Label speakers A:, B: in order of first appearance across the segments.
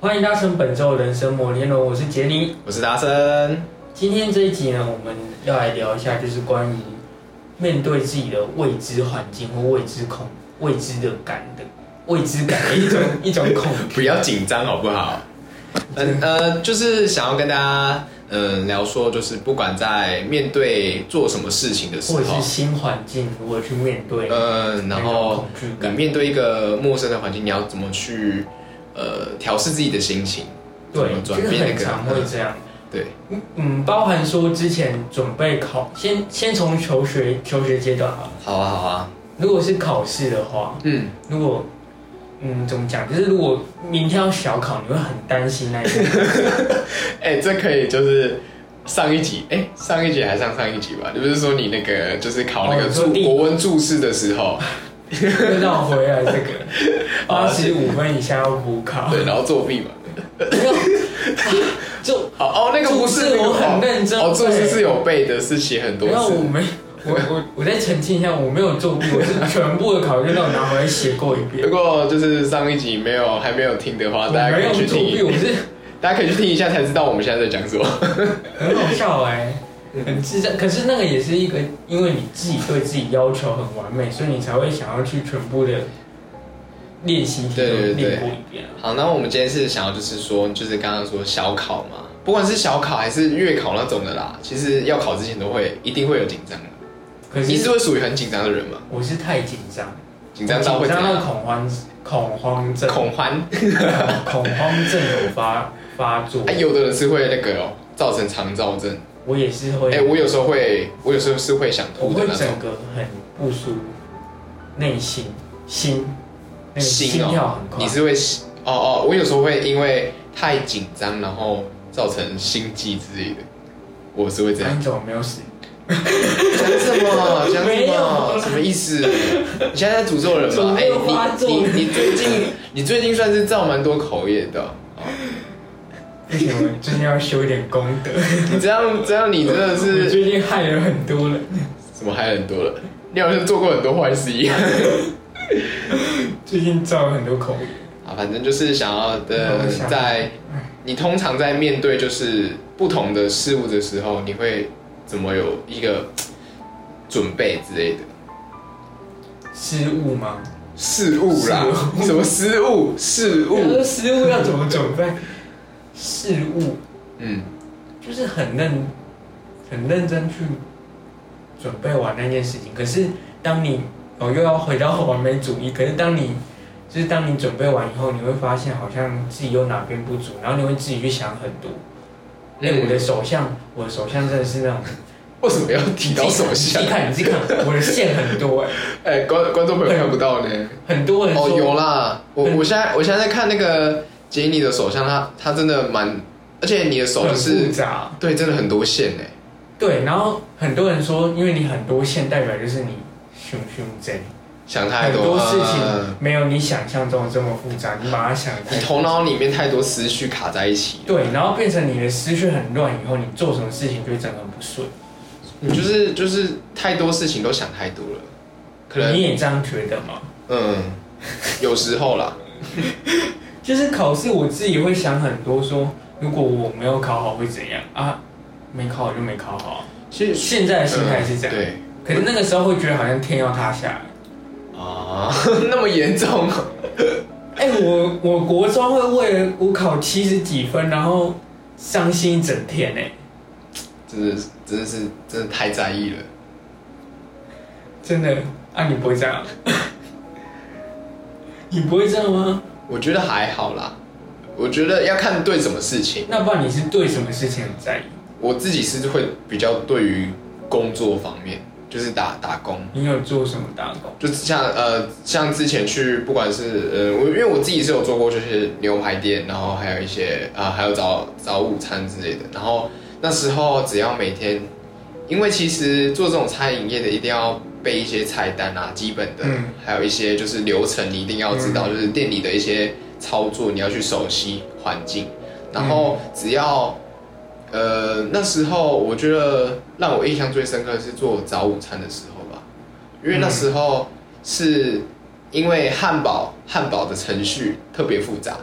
A: 欢迎搭乘本周的人生摩天轮，我是杰尼。
B: 我是达生。
A: 今天这一集呢，我们要来聊一下，就是关于面对自己的未知环境或未知恐、未知的感的未知感的 一种一种恐惧。
B: 不要紧张好不好？嗯呃，就是想要跟大家嗯聊说，就是不管在面对做什么事情的时
A: 或者是
B: 候，
A: 新环境如何去面对，
B: 啊嗯，然
A: 那种
B: 后
A: 恐惧
B: 你
A: 感
B: 面对一个陌生的环境，你要怎么去呃调试自己的心情？怎
A: 对，
B: 么
A: 就
B: 转
A: 是
B: 变那
A: 很
B: 个
A: 常会这样。
B: 对，
A: 嗯嗯，包含说之前准备考，先先从求学求学阶段啊，
B: 好啊好啊，
A: 如果是考试的话，
B: 嗯，
A: 如果嗯怎么讲，就是如果明天要小考，你会很担心那一种。
B: 哎、这可以就是。上一集，哎、上一集还上上一集吧？就是说你那个，就是考那
A: 哦
B: 个
A: 你说
B: 注、
A: 地
B: 国文注释的时候，
A: 又让我回来这 个
B: 好
A: 八十五分以下要补考，
B: 啊对，然后作弊嘛。
A: 没有， 就
B: 哦哦，那个不是
A: 注释我很认真
B: 哦，注释
A: 背
B: 是有背的，是写很多
A: 然后我
B: 次。
A: 没我我我再澄清一下，我没有作弊，我是全部的考卷都有拿回来写过一遍
B: 如，果就是上一集没有还没有听的话，
A: 我
B: 啊大家
A: 没
B: 可
A: 有
B: 以去
A: 作弊，我
B: 听，
A: 是
B: 大家可以去听一下才知道我们现在在讲什么。
A: 很好笑 哎、
B: 嗯
A: 很智障。可是那个也是一个，因为你自己对自己要求很完美，所以你才会想要去全部的练习题
B: 对对
A: 都
B: 对
A: 练过一遍啊。
B: 好，那我们今天是想要就是说，就是刚刚说小考嘛，不管是小考还是月考那种的啦，其实要考之前都会一定会有紧张的。
A: 可
B: 你是
A: 是
B: 会属于很紧张的人吗？
A: 我是太紧张，
B: 紧张到
A: 我
B: 会
A: 紧
B: 怎
A: 张到
B: 样？
A: 恐慌恐慌症。
B: 恐慌？
A: 恐慌症有发发作，
B: 哎，有的人是会那个哦，造成肠燥症。
A: 我也是会，
B: 哎，我有时候会，我有时候是会想
A: 我
B: 吐的
A: 会
B: 那种。
A: 整个很不舒服，内心心那个
B: 心
A: 心
B: 哦
A: 跳很快，
B: 你是会哦哦，我有时候会因为太紧张，然后造成心悸之类的，我是会这
A: 那
B: 样。
A: 你怎么没有死？
B: 哎讲什么？讲
A: 没
B: 什
A: 有
B: 么？什么意思？ 你现在在诅咒人
A: 怎么
B: 吧？哎
A: 没有发作
B: 你你你最近 你最近算是造蛮多口业的 哦、哦
A: 不行，我最近要修一点功 德，
B: 你这样这样，你真的
A: 我
B: 是
A: 最近害了很多人，
B: 什么害人多了？你好像做过很多坏事一样。
A: 最近造了很多口业。
B: 啊，反正就是想要
A: 那
B: 呃
A: 我，想哎
B: 在你通常在面对就是不同的事物的时候，你会怎么有一个准备之类的
A: 失误吗？
B: 事物啦？什么失误？事 物？
A: 失误要怎么准备？事物
B: 嗯，
A: 就是很认很认真去准备完那件事情。可是当你哦又要回到完美主义，可是当你就是当你准备完以后，你会发现好像自己有哪边不足，然后你会自己去想很多。哎、
B: 嗯
A: 我的手相，我的手相真的是那种，
B: 为什么要提到手
A: 你自
B: 相
A: 己？看，你自己看，我的线很多哎、
B: 哎，观观众朋友看不 到呢。
A: 很多人说、
B: 哦，有啦， 我
A: 嗯
B: 我现在我现在在看那个杰尼的手相，他他真的蛮，而且你的手就
A: 很复
B: 是
A: 杂。
B: 对，真的很多线呢。
A: 对，然后很多人说，因为你很多线，代表就是你凶凶贼。
B: 想太
A: 很
B: 多，
A: 多事
B: 嗯
A: 情没有你想象中的这么复杂，你把它想得
B: 你
A: 太
B: 头脑里面太多思绪卡在一起，
A: 对，然后变成你的思绪很乱，以后你做什么事情就会整个很不顺。嗯
B: 你就是就是太多事情都想太多了，可能
A: 你也这样觉得吗？
B: 嗯，有时候啦，
A: 就是考试，我自己会想很多说，如果我没有考好会怎样啊？没考好就没考好啊，
B: 其实
A: 现在的心态是这样。
B: 嗯对
A: 可是那个时候会觉得好像天要塌下来。
B: 啊， 那么严重，
A: 哎、我我国中会为了我考七十几分，然后伤心一整天哎呢、
B: 真的是真的是真的太在意了。
A: 真的啊，你不会这样？ 你不会这样吗？
B: 我觉得还好啦，我觉得要看对什么事情，
A: 那不然你是对什么事情很在意？
B: 我自己是会比较对于工作方面，就是打打工。
A: 你有做什么打工？
B: 就像呃，像之前去，不管是呃，我因为我自己是有做过，就是牛排店，然后还有一些啊、还有早早午餐之类的。然后那时候只要每天，因为其实做这种餐饮业的，一定要背一些菜单啊，基本的，
A: 嗯
B: 还有一些就是流程，你一定要知道，就是店里的一些操作，你要去熟悉环境。然后只要呃，那时候我觉得让我印象最深刻的是做早午餐的时候吧，因为那时候是因为汉堡汉堡的程序特别复杂，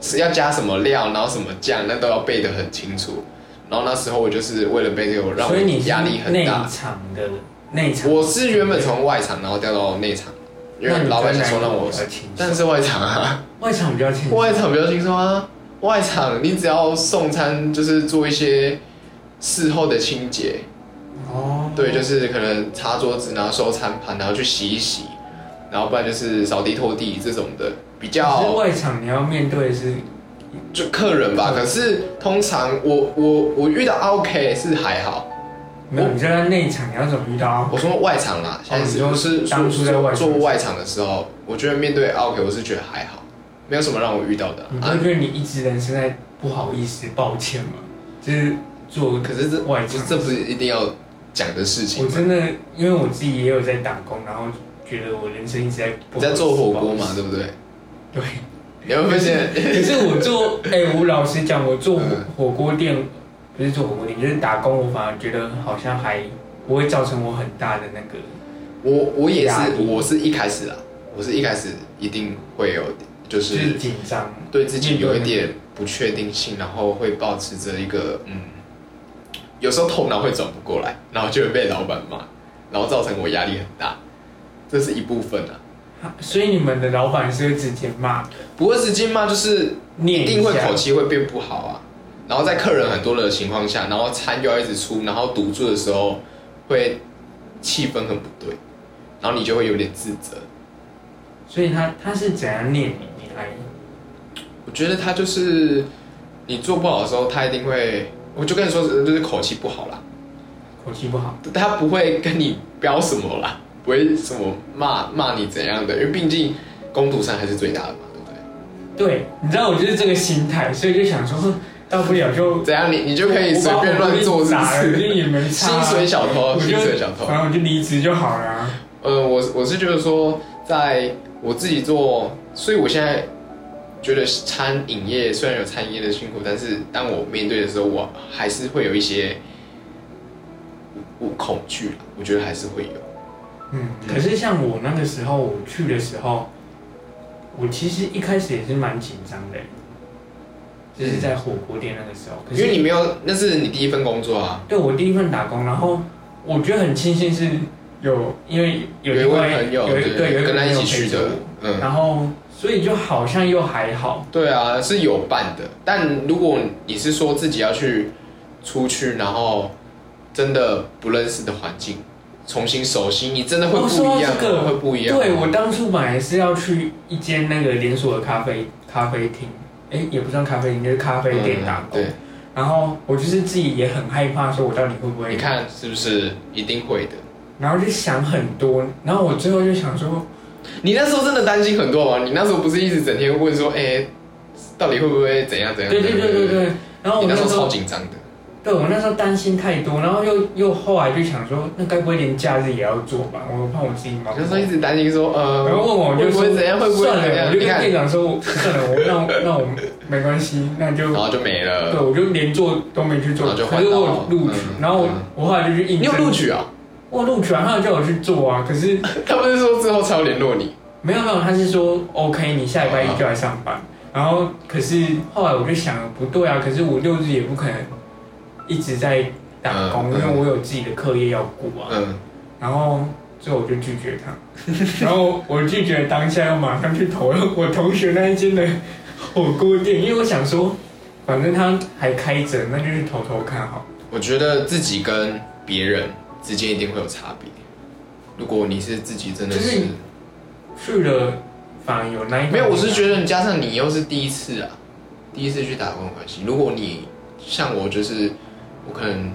B: 是要加什么料，然后什么酱，那都要背得很清楚。然后那时候我就是为了背这个，我让我
A: 所以你是
B: 压力很
A: 内
B: 大。
A: 场的内场，
B: 我是原本从外场，然后调到内场，因
A: 那
B: 为
A: 你
B: 老板想说
A: 说
B: 让我，但是外场啊，
A: 外场比较轻松，
B: 外场比较轻松啊。外场你只要送餐，就是做一些事后的清洁，
A: 哦，
B: 对，就是可能擦桌子，然后收餐盘，然后去洗一洗，然后不然就是扫地拖地这种的，比较
A: 可是外场你要面对的是
B: 就客人
A: 嗯
B: 吧。可是通常我我我遇到 OK 是还好，
A: 没有，你就在内场，你要怎么遇到？
B: 我说外场啦，现在是
A: 哦你
B: 不
A: 就是当初在外场
B: 做外场的时候，我觉得面对 OK 我是觉得还好，没有什么让我遇到的
A: 你不
B: 啊
A: 会。觉得你一直人生在不好意思、抱歉吗？就是做，
B: 可是这
A: 外
B: 不
A: 场
B: 是这不是一定要讲的事情
A: 我
B: 吗？
A: 真的，因为我自己也有在打工，然后觉得我人生一直在不好意
B: 你在
A: 思
B: 做火锅
A: 不
B: 嘛
A: 好，意思
B: 对不对？
A: 对。
B: 你会发现，
A: 可是我 做，哎、我老实讲，我做火
B: 嗯
A: 火锅店，不是做火锅店，就是打工，我反而觉得好像还不会造成我很大的那个。
B: 我我也是
A: 压力，
B: 我是一开始啊，我是一开始一定会有，就
A: 就是是紧张，
B: 对自己有一点不确定性，然后会保持着一个嗯，有时候头脑会转不过来，然后就会被老板骂，然后造成我压力很大，这是一部分啊。
A: 所以你们的老板是会直接骂，
B: 不过直接骂就是
A: 念
B: 一定会
A: 下
B: 口气会变不好啊，然后在客人很多的情况下，然后餐又要一直出，然后堵住的时候会气氛很不对，然后你就会有点自责。
A: 所以他他是怎样念你？你来，
B: 我觉得他就是你做不好的时候，他一定会，我就跟你说，就是口气不好啦，
A: 口气不好，
B: 他不会跟你飙什么啦，不会什么骂骂你怎样的，因为毕竟攻读生还是最大的嘛，对不对？
A: 对，你知道我就是这个心态，所以就想说，哼大不了就
B: 怎样你你就可以随便乱做，
A: 我
B: 是
A: 把我的
B: 不？
A: 力打了就是也没差、
B: 薪水小偷，
A: 我
B: 薪
A: 就
B: 水小偷。
A: 反正我就离职就好了啊、
B: 呃，我我是觉得说，在我自己做，所以我现在觉得餐饮业虽然有餐饮业的辛苦，但是当我面对的时候，我还是会有一些我恐惧啦，我觉得还是会有。
A: 嗯，可是像我那个时候我去的时候，我其实一开始也是蛮紧张的，就是在火锅店那个时候。可
B: 因为
A: 是
B: 你没有，那是你第一份工作啊，
A: 对我第一份打工，然后我觉得很庆幸是有，因为有
B: 一
A: 另外
B: 位朋友
A: 有一对有一
B: 跟他
A: 个
B: 一
A: 朋友
B: 起
A: 陪
B: 去
A: 着
B: 的
A: 我，
B: 嗯，
A: 然后所以就好像又还好，
B: 对啊，是有伴的。但如果你是说自己要去出去，然后真的不认识的环境，重新熟悉，你真的会
A: 哦说
B: 不
A: 到
B: 一样，
A: 这个
B: 会不一样。
A: 对我当初本来是要去一间那个连锁的咖啡咖啡厅，哎、也不算咖啡厅，就是咖啡店打工。
B: 嗯
A: 然后我就是自己也很害怕，说我到底会不
B: 对，
A: 会
B: 你看是不是一定会的？
A: 然后就想很多，然后我最后就想说，
B: 你那时候真的担心很多吗？你那时候不是一直整天问说，哎、到底会不会怎样怎样？
A: 对对对对对。然后我
B: 你那
A: 那
B: 时候
A: 时
B: 超
A: 候，
B: 紧张的，
A: 对我那时候担心太多，然后又又后来就想说，那该不会连假日也要做吧？我怕我自己忙
B: 你。那时候一直担心说，呃，
A: 然后问我
B: 会
A: 就
B: 不
A: 说
B: 会怎样？会不会
A: 算
B: 怎
A: 了，我
B: 样？
A: 就
B: 你
A: 跟
B: 看，
A: 店长说我算了，我那我 那我没关系，那就
B: 然后就没
A: 对
B: 了。
A: 我就连做都没去做，
B: 然后呃哦就
A: 可
B: 换
A: 是
B: 到
A: 我有录取，
B: 嗯
A: 然后我
B: 嗯
A: 我后来就去应
B: 你有
A: 征，
B: 录取啊？
A: 我有录取啊，他有叫我去做啊，可是
B: 他不是说之后才要联络你？
A: 没有没有，他是说 OK，你下礼拜一就来上班。然后可是后来我就想，不对啊，可是我六日也不可能一直在打工，
B: 嗯嗯
A: 因为我有自己的课业要顾啊。
B: 嗯，
A: 然后最后我就拒绝他， 然后我拒绝当下要马上去投我同学那一间的火锅店，因为我想说，反正他还开着，那就去投投看好了。
B: 我觉得自己跟别人之间一定会有差别。如果你是自己真的
A: 就是
B: 是
A: 去了反而有那一
B: 没有，我是
A: 得
B: 觉得你加上你又是第一次啊，第一次去打工的关系。如果你像我，就是我可能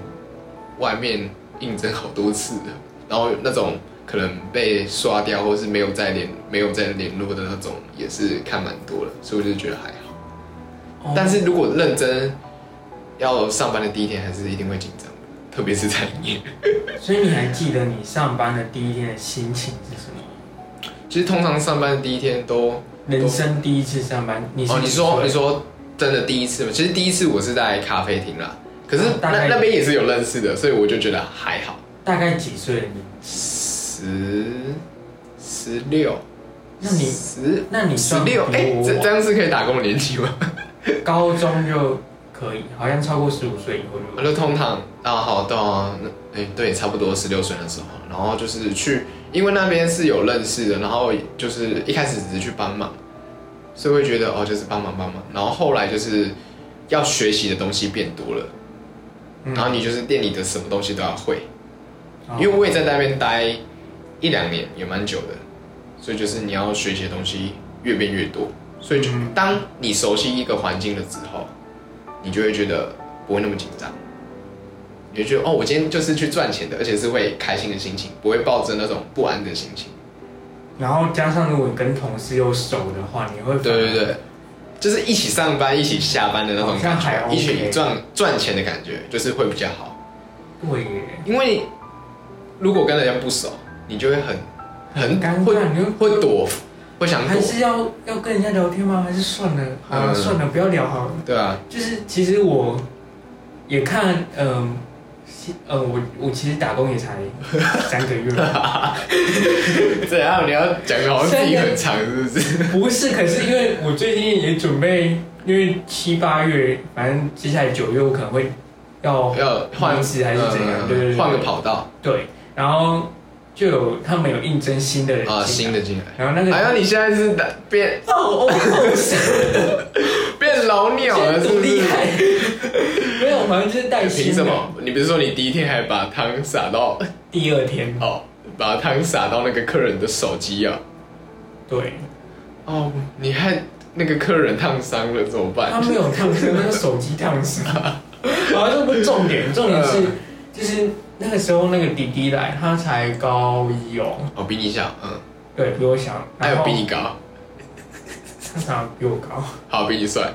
B: 外面应征好多次的，然后那种可能被刷掉或是没有再联没有再联络的那种，也是看蛮多了，所以我就觉得还好。
A: 哦
B: 但是如果认真要上班的第一天，还是一定会紧张的，特别是在夜。
A: 所以你还记得你上班的第一天的心情是什么？
B: 其实通常上班的第一天都
A: 人生第一次上班，你是
B: 哦，你说你
A: 说，
B: 说真的第一次吗？其实第一次我是在咖啡厅啦，可是
A: 哦大
B: 那
A: 概
B: 那边也是有认识的，所以我就觉得还好。
A: 大概几岁的你？
B: 十十六
A: 那你
B: 十
A: 那你
B: 十
A: 算
B: 六，
A: 比
B: 哎，
A: 我
B: 这
A: 晚
B: 这样是可以打工年纪吗？
A: 高中就可以，好像超过十五岁以后
B: 我
A: 就
B: 就通常啊，好对啊，那哎、对，差不多十六岁的时候，然后就是去，因为那边是有认识的，然后就是一开始只是去帮忙，所以会觉得哦，就是帮忙帮忙，然后后来就是要学习的东西变多了，
A: 嗯
B: 然后你就是店里的什么东西都要会，
A: 哦
B: 因为我也在那边待一两年，也蛮久的，所以就是你要学习的东西越变越多，所以就
A: 嗯
B: 当你熟悉一个环境了之后，你就会觉得不会那么紧张，你就觉得哦，我今天就是去赚钱的，而且是会开心的心情，不会抱着那种不安的心情。
A: 然后加上如果跟同事又熟的话，你会
B: 对对对，就是一起上班、一起下班的那种
A: 好像
B: 感
A: 还
B: 觉，
A: OK
B: 一起赚赚钱的感觉，就是会比较好。
A: 对耶，
B: 因为如果跟人家不熟，你就会很很
A: 尴尬
B: 会
A: 你就
B: 会躲，会想
A: 还
B: 躲，
A: 是要要跟人家聊天吗？还是算了，好了、
B: 嗯
A: 算了，不要聊好了。
B: 对啊，
A: 就是其实我也看，嗯、其呃，我我其实打工也才三个月，
B: 这样你要讲的好像自己很长是不是？
A: 不是，可是因为我最近也准备，因为七八月，反正接下来九月我可能会要
B: 要换
A: 名字还是怎样
B: 嗯
A: 对对对
B: 换个跑道
A: 对，然后就有他们有应征新的人
B: 啊，
A: 进
B: 新
A: 来，哎
B: 的进来。
A: 然后那个
B: 还有你现在是打变
A: 哦哦 哦，
B: 变老鸟了，是
A: 多
B: 不
A: 厉
B: 是？
A: 害！没有，反正就是带新
B: 凭
A: 的
B: 什么？你不是说你第一天还把汤洒到
A: 第二天，
B: 哦，把汤洒到那个客人的手机啊？
A: 对，
B: 哦，你害那个客人烫伤了，怎么办？
A: 他没有烫伤，那个手机烫伤。然后这不是重点，重点是就是那个时候那个弟弟来，他才高一哦，
B: 哦，比你小，嗯，
A: 对比我小，
B: 还
A: 然
B: 有
A: 后
B: 比你高，
A: 他长得比我高，
B: 好，比你帅，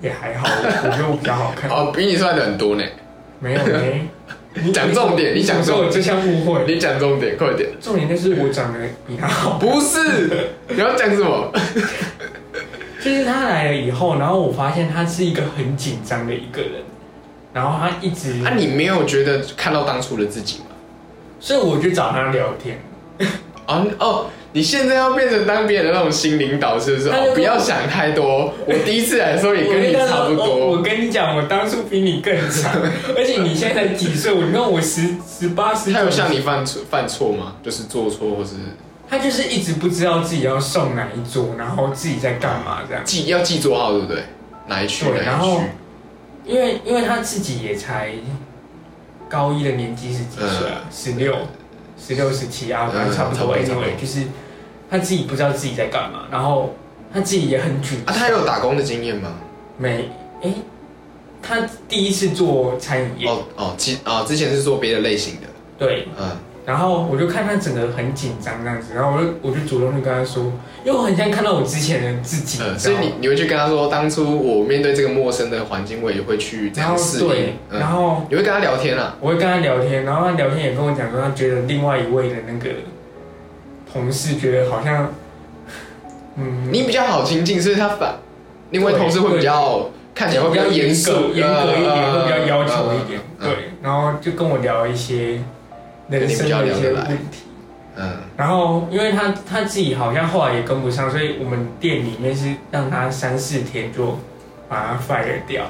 A: 也还好，我觉得我比较好看。
B: 哦，比你帅的很多呢。
A: 没有 没，
B: 你讲重点，你讲
A: 说
B: 重
A: 我
B: 点，
A: 这项误会，
B: 你讲重点，快点。
A: 重点就是我长得比他好。
B: 不是，你要讲什么？
A: 就是他来了以后，然后我发现他是一个很紧张的一个人，然后他一直，
B: 啊，你没有觉得看到当初的自己吗？
A: 所以我就找他聊天。
B: 哦你哦，你现在要变成当别人的那种新领导，是不是？
A: 他就跟
B: 哦，
A: 我
B: 不要想太多。我第一次来的时候也跟你差不
A: 我哦我
B: 多。
A: 跟你讲，我当初比你更长，而且你现在才几岁？我你看我十十八十九，
B: 他有向你犯错犯错吗？就是做错或是
A: 他就是一直不知道自己要送哪一桌，然后自己在干嘛这样。
B: 记要记座号，对不对？哪一区？
A: 对然
B: 哪一
A: 后
B: 区？
A: 因为因为他自己也才高一的年纪是几岁啊？十六、十六、十七啊，反正差不多。
B: 嗯嗯差不多
A: anyway，就是他自己不知道自己在干嘛，然后他自己也很沮
B: 啊，
A: 丧。
B: 他有打工的经验吗？
A: 没诶，他第一次做餐饮业，
B: 哦哦，其啊、之前是做别的类型的，
A: 对，
B: 嗯，
A: 然后我就看他整个很紧张那样子，然后我就我就主动就跟他说，因为我很像看到我之前的自己，
B: 呃，
A: 知
B: 所以
A: 道吗
B: 你你会去跟他说，当初我面对这个陌生的环境，我也会去这
A: 然
B: 样
A: 后
B: 适
A: 对
B: 应，，
A: 然
B: 嗯，
A: 后
B: 你会跟他聊天啊，
A: 我会跟他聊天，然后他聊天也跟我讲说，他觉得另外一位的那个同事觉得好像，嗯，
B: 你比较好亲近，所以他反，另外同事会比较看起来会比较严肃、
A: 严格一点，
B: 呃
A: 会比较要求一点，
B: 嗯
A: 对，然后就跟我聊一些人生的一些问题。
B: 嗯，
A: 然后，因为他他自己好像后来也跟不上，所以我们店里面是让他三四天就把他 fire 掉。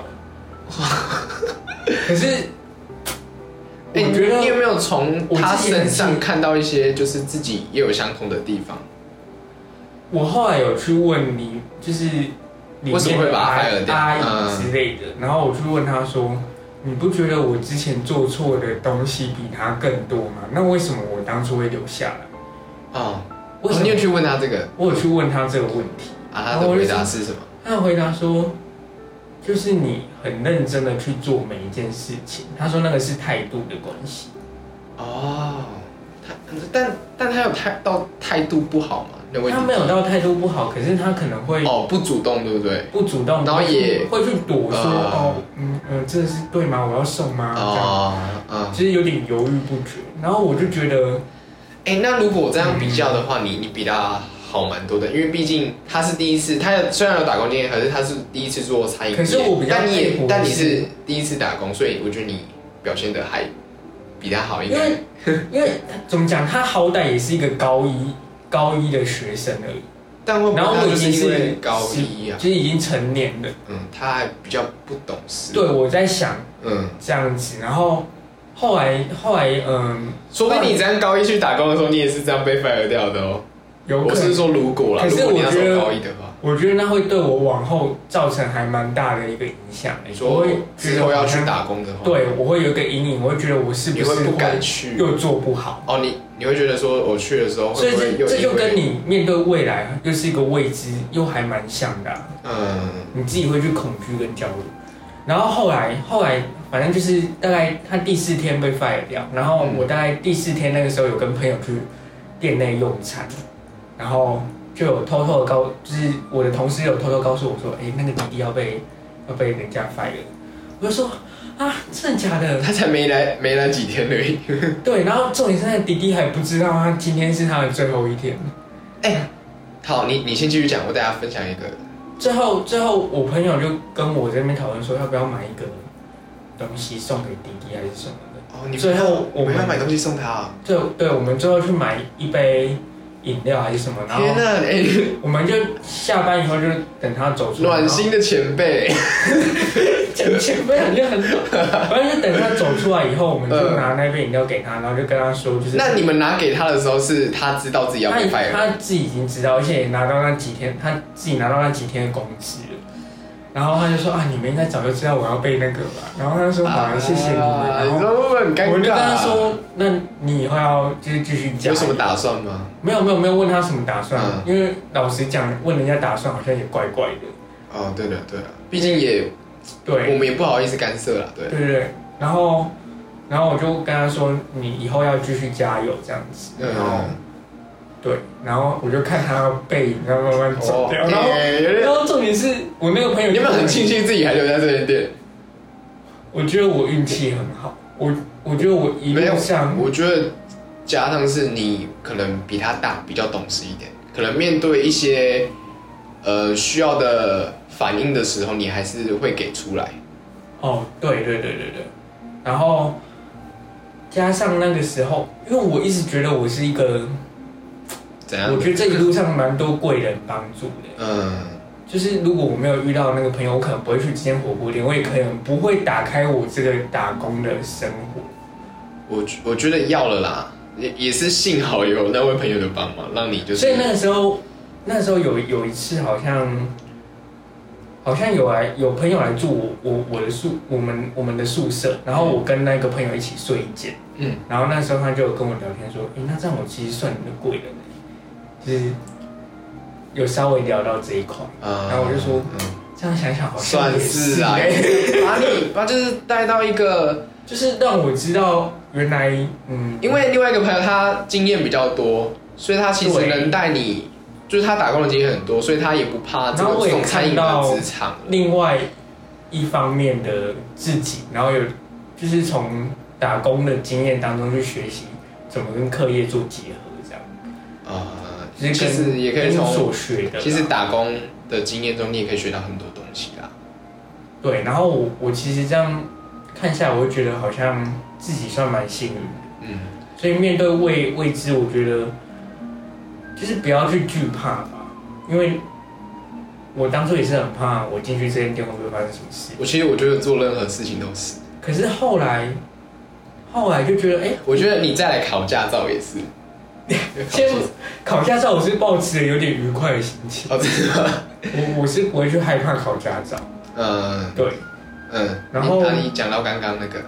A: 可是，我
B: 哎、
A: 觉
B: 你有
A: 得
B: 没有从
A: 我
B: 他
A: 自己很
B: 身上
A: 亲
B: 看到一些就是自己也有相同的地方？
A: 我后来有去问你，就是里面
B: 为什么会把他
A: 阿
B: fire 掉
A: 阿
B: 嗯
A: 姨之类的，然后我去问他说：“你不觉得我之前做错的东西比他更多吗？那为什么我当初会留下来？
B: 哦，
A: 为什
B: 哦你有
A: 么
B: 去问他这个？”
A: 我有去问他这个问题，
B: 啊，他的回答是什么？
A: 他回答说：“就是你很认真的去做每一件事情。”他说那个是态度的关系。
B: 哦，他但但他有态到态度不好嘛？那位
A: 他没有到态度不好，可是他可能会
B: 哦，不主动，对不对？
A: 不主动，
B: 然后也
A: 会去躲说：“
B: 呃
A: 哦，嗯嗯，这是对吗？我要送吗？”这样。
B: 哦，嗯，
A: 其实有点犹豫不决。然后我就觉得，
B: 哎，那如果这样比较的话，你你比他好蛮多的，因为毕竟他是第一次，他虽然有打工经验，可是他是第一次做餐饮业，
A: 可是我比较
B: 但你
A: 佩
B: 也
A: 服
B: 但你
A: 的是
B: 是第一次打工，所以我觉得你表现的还比他好，应
A: 因
B: 该
A: 为因为怎么讲，他好歹也是一个高一高一的学生而已，
B: 但会不
A: 然后
B: 会他
A: 我已
B: 就是
A: 经
B: 因为
A: 是
B: 高一啊？
A: 就是已经成年了。
B: 嗯，他还比较不懂事。
A: 对，，我在想
B: 嗯，
A: 这样子，然后后来后来嗯，
B: 说不定你在高一去打工的时候，你也是这样被 fire 掉的哦。
A: 有
B: 我
A: 可
B: 是
A: 能，
B: 说如果啦，
A: 可
B: 如
A: 是
B: 果你那时
A: 我觉
B: 候
A: 得
B: 高一的话，
A: 我觉得那会对我往后造成还蛮大的一个影响。
B: 你
A: 我
B: 说
A: 会觉
B: 之
A: 得
B: 后要
A: 好
B: 去
A: 像，
B: 打工的话，
A: 对，我会有一个阴影，我会觉得我是
B: 你
A: 不
B: 会
A: 是
B: 不敢去。
A: 又做不好。
B: 哦，你你会觉得说我去的时候
A: 所以
B: 会不会
A: 这
B: 又
A: 这就
B: 因为
A: 跟你面对未来又是一个未知，又还蛮像的啊、
B: 嗯
A: 你自己会去恐惧跟焦虑。然后后来后来，反正就是大概他第四天被 fire 掉，然后
B: 嗯
A: 我大概第四天那个时候有跟朋友去店内用餐，然后就有偷偷的告，就是我的同事有偷偷告诉我说，哎、那个弟弟要被要被人家 fire，我就说啊，真的假的？
B: 他才没来没来几天而已。
A: 对，然后重点是那个弟弟还不知道他今天是他的最后一天。
B: 好，你你先继续讲，我大家分享一个。
A: 最后，最后我朋友就跟我这边讨论说，要不要买一个东西送给弟弟还是什么的。
B: 哦，你
A: 最后我
B: 我们
A: 们
B: 要买东西送他啊。
A: 最后对，我们最后去买一杯饮料还是什么，然
B: 天
A: 后
B: 哪，哎，
A: 我们就下班以后就等他走出来，
B: 暖心的前辈。
A: 然后讲前辈好像很好，反正就等他走出来以后，我们就拿那杯饮料给他，然后就跟他说，就是
B: 那你们拿给他的时候，是他知道自己要
A: 他
B: 被 fire
A: 他自己已经知道，而且也拿到那几天，他自己拿到那几天的工资了。然后他就说啊，你们应该早就知道我要被那个吧。然后他就说好了，谢谢你们。哦
B: 啊
A: 然
B: 你
A: 后
B: 说会不会很尴尬？
A: 我就跟他说，那你以后要就是继续加
B: 啊有
A: 油
B: 什么？打算吗？
A: 没有没有没有问他什么打算，啊
B: 嗯
A: 因为老实讲，问人家打算好像也怪怪的。
B: 哦，对了对了，毕竟也
A: 对
B: 我们也不好意思干涉啦，对
A: 对。对对，然后然后我就跟他说，你以后要继续加油这样子。然后、
B: 嗯，
A: 对，然后我就看他背影，然后慢慢走掉，然后。
B: 哎有点
A: 然，后重点是我那个朋友，
B: 你有没有很庆？幸自己还留在这间店？
A: 我觉得我运气很好，我我觉得我一路上，
B: 我觉得加上是你可能比他大，比较懂事一点，可能面对一些呃需要的反应的时候，你还是会给出来。
A: 哦，对对对对对，然后加上那个时候，因为我一直觉得我是一个，
B: 怎样
A: 我？觉得这一路上蛮多贵人帮助的，
B: 嗯，
A: 就是如果我没有遇到那个朋友，我可能不会去这间火锅店，我也可能不会打开我这个打工的生活。
B: 我觉我觉得要了啦，也也是幸好有那位朋友的帮忙，让你就是
A: 所以那个时候，那时候有有一次好像。好像有来有朋友来住我我我的宿我们我们的宿舍，然后我跟那个朋友一起睡一间，
B: 嗯，
A: 然后那时候他就有跟我聊天说，诶，那这样我其实算你的贵人，欸就是有稍微聊到这一块，
B: 嗯
A: 然后我就说
B: 嗯
A: 这样想想好像
B: 算
A: 也欸
B: 是啊，
A: 诶
B: 把你把就是带到一个，
A: 就是让我知道原来嗯，
B: 因为另外一个朋友他经验比较多，所以他其实
A: 对
B: 能带你，就是他打工的经验很多，所以他也不怕这
A: 然后
B: 个
A: 我也
B: 种餐饮
A: 看
B: 的
A: 到
B: 职场。
A: 另外一方面的自己，然后有就是从打工的经验当中去学习怎么跟课业做结合，这样
B: 呃，
A: 就是
B: 其
A: 跟
B: 实也可以
A: 跟
B: 从
A: 所学的啦，
B: 其实打工的经验中，你也可以学到很多东西啦。
A: 对，然后我我其实这样看下来，我会觉得好像自己算蛮幸运的，
B: 嗯，
A: 所以面对未未知，我觉得就是不要去惧怕吧，因为我当初也是很怕我进去这间店会不会发生什么事，
B: 我其实我觉得做任何事情都是，
A: 可是后来后来就觉得，哎、
B: 我觉得你再来考驾照 也是。
A: 先考驾照，我是抱持了有点愉快的心情。
B: 哦，真的吗？
A: 我我是不会去害怕考驾照，
B: 嗯
A: 对，
B: 嗯。
A: 然后
B: 你那你讲到刚刚那个，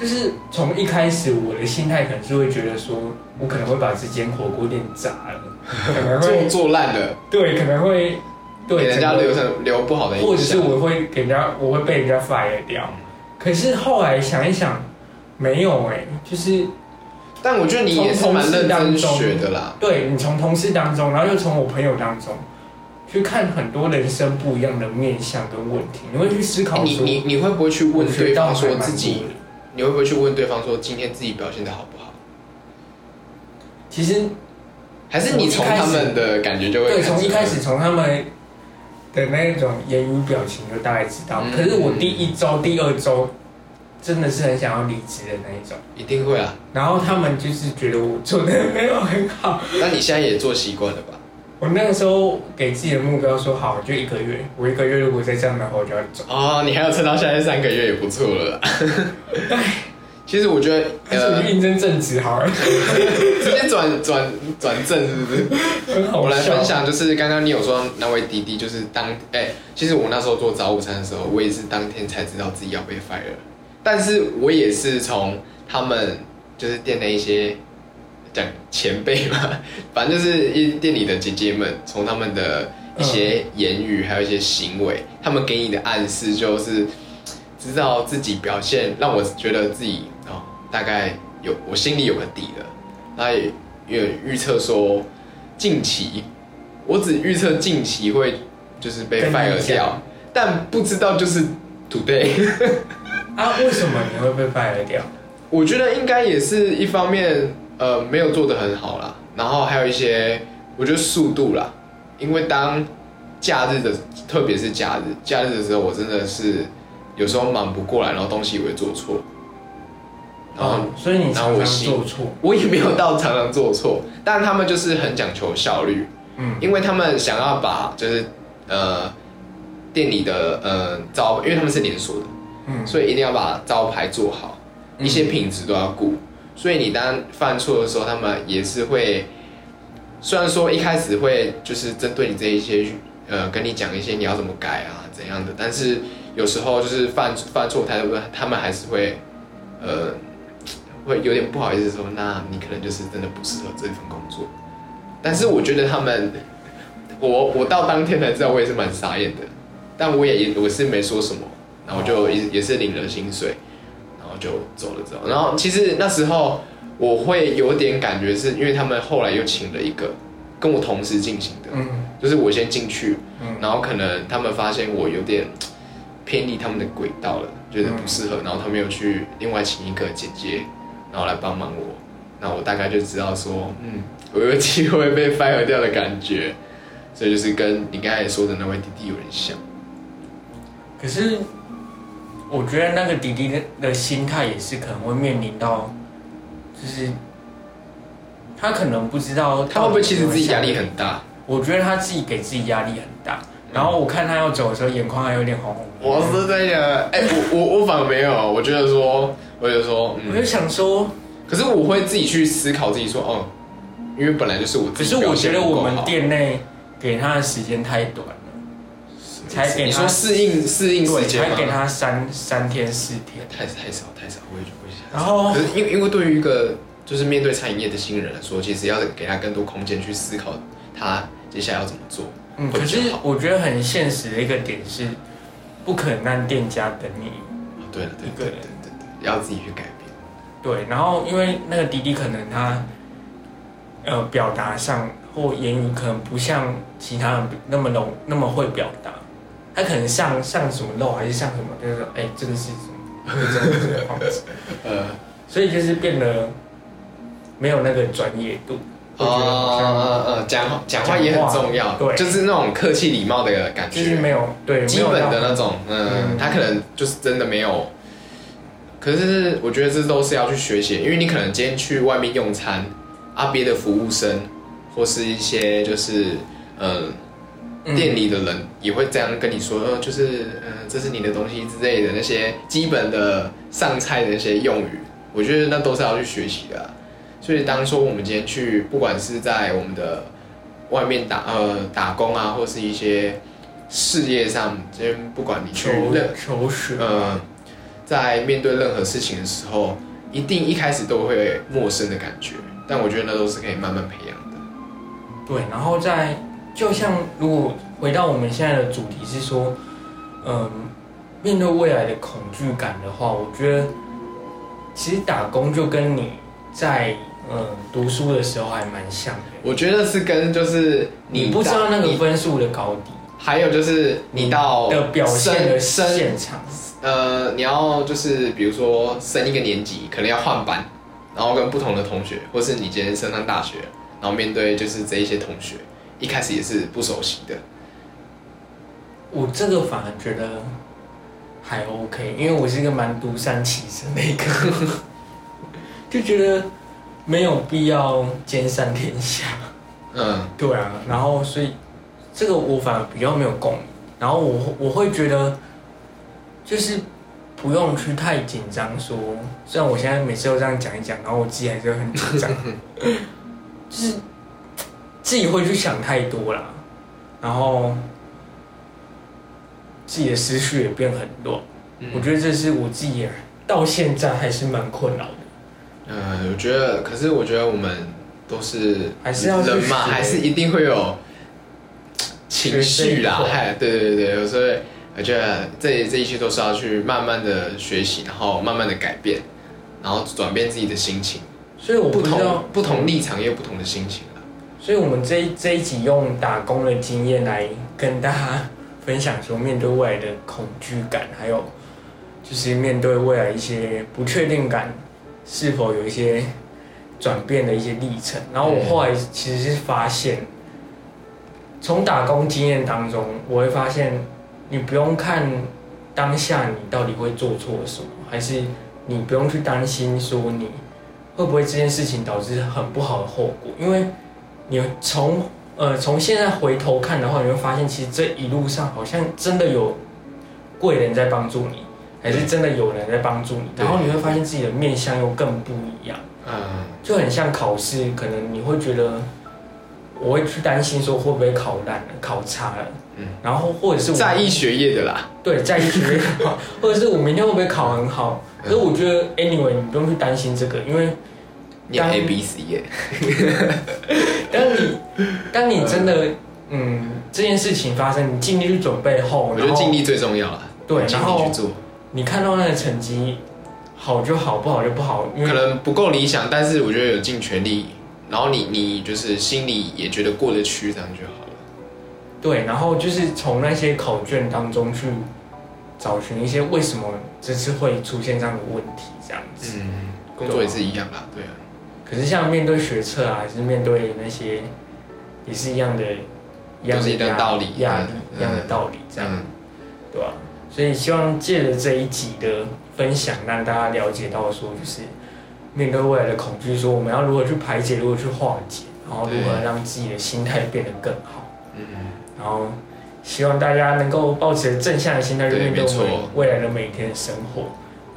A: 就是从一开始我的心态可能是会觉得说，我可能会把这间火锅店砸了，可能
B: 做
A: 会
B: 做烂了，
A: 对，可能会
B: 给
A: 对
B: 人家
A: 整个
B: 留成留不好的
A: 或
B: 印
A: 者是
B: 象。
A: 我会给人家，我会被人家 fire 掉。
B: 嗯
A: 可是后来想一想，没有哎、就是
B: 但我觉得你也是蛮认真学的啦。
A: 对你从同事当中，然后又从我朋友当中去看很多人生不一样的面向跟问题，你会去思考
B: 哎你
A: 说，
B: 你你会不会去
A: 我
B: 问
A: 学
B: 对
A: 到
B: 方
A: 还
B: 说
A: 蛮
B: 自
A: 多
B: 己
A: 的？。
B: 你会不会去问对方说今天自己表现的好不好？
A: 其实
B: 还是你从他们的感觉就会
A: 对，
B: 看
A: 从
B: 出
A: 一
B: 来
A: 开始从他们的那种言语表情就大概知道。
B: 嗯
A: 可是我第一周、第二周真的是很想要离职的那一种，
B: 一定会啊。
A: 然后他们就是觉得我做的没有很好，
B: 那你现在也做习惯了吧？
A: 我那个时候给自己的目标说好，就一个月，我一个月如果再这样的话，我就要走。
B: 哦，你还要撑到现在三个月也不错了啦。 其实我觉得，
A: 但是我
B: 呃
A: 去，应征正职好 了，
B: 直接转转转正是不是？
A: 很好
B: 我来
A: 笑
B: 分。享，就是刚刚你有说那位弟弟，就是当哎、其实我那时候做早午餐的时候，我也是当天才知道自己要被 fire，但是我也是从他们就是店内一些讲前辈嘛， 反正就是一店里的姐姐们，从他们的一些言语还有一些行为，他们给你的暗示就是知道自己表现，让我觉得自己哦大概有我心里有个底了，那也也预测说。近期，我只预测近期会就是被
A: 跟你
B: fire 掉
A: 讲，
B: 但不知道就是 today。
A: 啊，为什么你会被 fire 掉？
B: 我觉得应该也是一方面，呃，没有做得很好啦，然后还有一些，我觉得速度啦，因为当假日的，特别是假日，假日的时候，我真的是有时候忙不过来，然后东西也会做错，然后
A: 哦，所以你
B: 然后
A: 常
B: 我
A: 常
B: 心
A: 做错，
B: 我也没有到常常做错，但他们就是很讲求效率，
A: 嗯，
B: 因为他们想要把就是呃店里的呃招，因为他们是连锁的，
A: 嗯
B: 所以一定要把招牌做好，一些品质都要顾。所以你当犯错的时候，他们也是会，虽然说一开始会就是针对你这一些呃跟你讲一些你要怎么改啊怎样的，但是有时候就是犯犯错，他们他们还是会呃会有点不好意思说，那你可能就是真的不适合这份工作。但是我觉得他们，我我到当天才知道，我也是蛮傻眼的，但我也我是没说什么，然后我就也也是领了薪水，然后就走了之后，然后其实那时候我会有点感觉是，因为他们后来又请了一个跟我同时进行的，
A: 嗯
B: 就是我先进去，
A: 嗯
B: 然后可能他们发现我有点偏离他们的轨道了，觉得不适合，然后他们又去另外请一个姐姐，然后来帮忙我，那我大概就知道说，嗯，我有机会被 fire 掉的感觉，所以就是跟你刚才说的那位弟弟有点像，
A: 可是我觉得那个弟弟的的心态也是可能会面临到，就是他可能不知道
B: 他会不会其实自己压力
A: 很。
B: 很大？
A: 我觉得他自己给自己压力很大。然后我看他要走的时候，眼眶还有点红红的。
B: 嗯我是在想，哎、我我我反而没有，我觉得说，我就说，
A: 我就
B: 嗯，
A: 想说，
B: 可是我会自己去思考自己说，哦，因为本来就是我
A: 可
B: 自己
A: 是我
B: 表
A: 觉
B: 现
A: 得
B: 不够好，
A: 我们店内给他的时间太短了，才给
B: 你
A: 他
B: 说适应适应时
A: 对，
B: 间
A: 才
B: 吗？
A: 给他三三天四天。
B: 太太少太少，我也我也想。
A: 然后
B: 可是因为因为对于一个就是面对餐饮业的新人来说，其实要给他更多空间去思考他接下来要怎么做。
A: 嗯，
B: 会
A: 可
B: 比较
A: 是
B: 好
A: 我觉得很现实的一个点是，不可能让店家等你。
B: 对了，对
A: 一个
B: 对对
A: 人
B: 对对，要自己去改变。
A: 对，然后因为那个弟弟可能他，呃，表达上或言语可能不像其他人那么容那么会表达，他可能像像什么肉还是像什么，就是说，哎、这个是什么，就这个是什么方式，
B: 呃，
A: 所以就是变得没有那个专业度，
B: 哦
A: 会觉得好像
B: 呃呃，讲话讲话也很重要，
A: 对
B: 就是那种客气礼貌的感觉，
A: 就是没有对
B: 基本的那，种，
A: 嗯
B: 嗯，他可能就是真的没有。可是我觉得这都是要去学习，因为你可能今天去外面用餐，啊，别的服务生或是一些就是呃
A: 没有到
B: 店里的人也会这样跟你说，呃，就是呃这是你的东西之类的那些基本的上菜的那些用语，我觉得那都是要去学习的啊、所以当说我们今天去，不管是在我们的外面打呃打工啊，或是一些事业上，今天不管你去
A: 求
B: 任
A: 求学，
B: 呃，在面对任何事情的时候，一定一开始都会陌生的感觉，但我觉得那都是可以慢慢培养的。
A: 对，然后再就像如果回到我们现在的主题是说，嗯，面对未来的恐惧感的话，我觉得其实打工就跟你在嗯读书的时候还蛮像的，
B: 我觉得是跟就是你
A: 你不知
B: 在
A: 道那个
B: 你
A: 分数的高低
B: 还有就是你到
A: 的表现的
B: 升升
A: 现场，
B: 呃，你要就是比如说升一个年级，可能要换班，然后跟不同的同学，或是你今天升上大学，然后面对就是这一些同学，一开始也是不熟悉的。
A: 我这个反而觉得还 OK，因为我是一个蛮独善其身的一个人，就觉得没有必要兼善天下。
B: 嗯
A: 对啊，然后所以这个我反而比较没有共鸣，然后我我会觉得就是不用去太紧张说，虽然我现在每次都这样讲一讲，然后我自己还是会很紧张， 就是自己会去想太多啦，然后自己的思绪也变很乱，
B: 嗯
A: 我觉得这是我自己也到现在还是蛮困扰的。
B: 嗯，我觉得，可是我觉得我们都是
A: 还是要去
B: 人嘛，
A: 学
B: 还是一定会有情绪啦
A: 学这一。块
B: 嗨，对对对对，所以我觉得这这一切都是要去慢慢的学习，然后慢慢的改变，然后转变自己的心情，
A: 所以我
B: 不
A: 不知道
B: 同不同立场也有不同的心情啦。
A: 所以，我们这一这一集用打工的经验来跟大家分享，说面对未来的恐惧感，还有就是面对未来一些不确定感，是否有一些转变的一些历程。然后我后来其实是发现，从打工经验当中，我会发现，你不用看当下你到底会做错什么，还是你不用去担心说你会不会这件事情导致很不好的后果，因为。你从呃从现在回头看的话，你会发现其实这一路上好像真的有贵人在帮助你，还是真的有人在帮助你，
B: 对
A: 然后你会发现自己的面相又更不一样，
B: 嗯，
A: 就很像考试，可能你会觉得。我会去担心说会不会考烂了、考差了，
B: 嗯
A: 然后或者是我
B: 在意学业的啦，
A: 对在意学业，或者是我明天会不会考很好？可是我觉得 anyway 你不用去担心这个，因为
B: 念
A: 当
B: A B C 耶。
A: 当你当你真的嗯这件事情发生，你尽力去准备后，
B: 我觉
A: 然
B: 得
A: 后
B: 尽力最重要啦，
A: 对，
B: 尽
A: 然
B: 力
A: 后
B: 去做，
A: 你看到那个成绩好就好，不好就不好，因
B: 可
A: 为
B: 能不够理想，但是我觉得有尽全力，然后你你就是心里也觉得过得去，这样就好了。
A: 对，然后就是从那些考卷当中去找寻一些为什么这次会出现这样的问题，这样子。
B: 嗯，工作也是一样啦，对啊，
A: 可是像面对学测啊，还是面对那些也是一样的，一样的
B: 都是一样
A: 压
B: 道理
A: 压力
B: 嗯嗯
A: 一样的道理，这
B: 这
A: 样
B: 样。
A: 对吧、所以希望借着这一集的分享，让大家了解到说，就是面对未来的恐惧，说我们要如何去排解，如何去化解，然后如何
B: 对
A: 让自己的心态变得更好，
B: 嗯，
A: 然后希望大家能够抱持正向的心态去
B: 对
A: 面对我
B: 没
A: 们
B: 错
A: 未来的每一天的生活。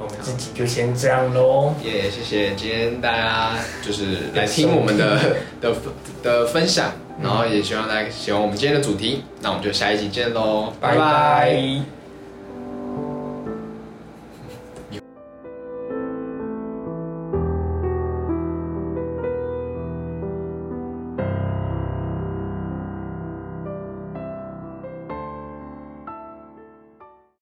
A: 我们自己就先这样喽，
B: 也谢谢今天大家就是来听我们 的的分的分享，然后也希望大家喜欢我们今天的主题，那我们就下一集见喽，拜拜。
A: 拜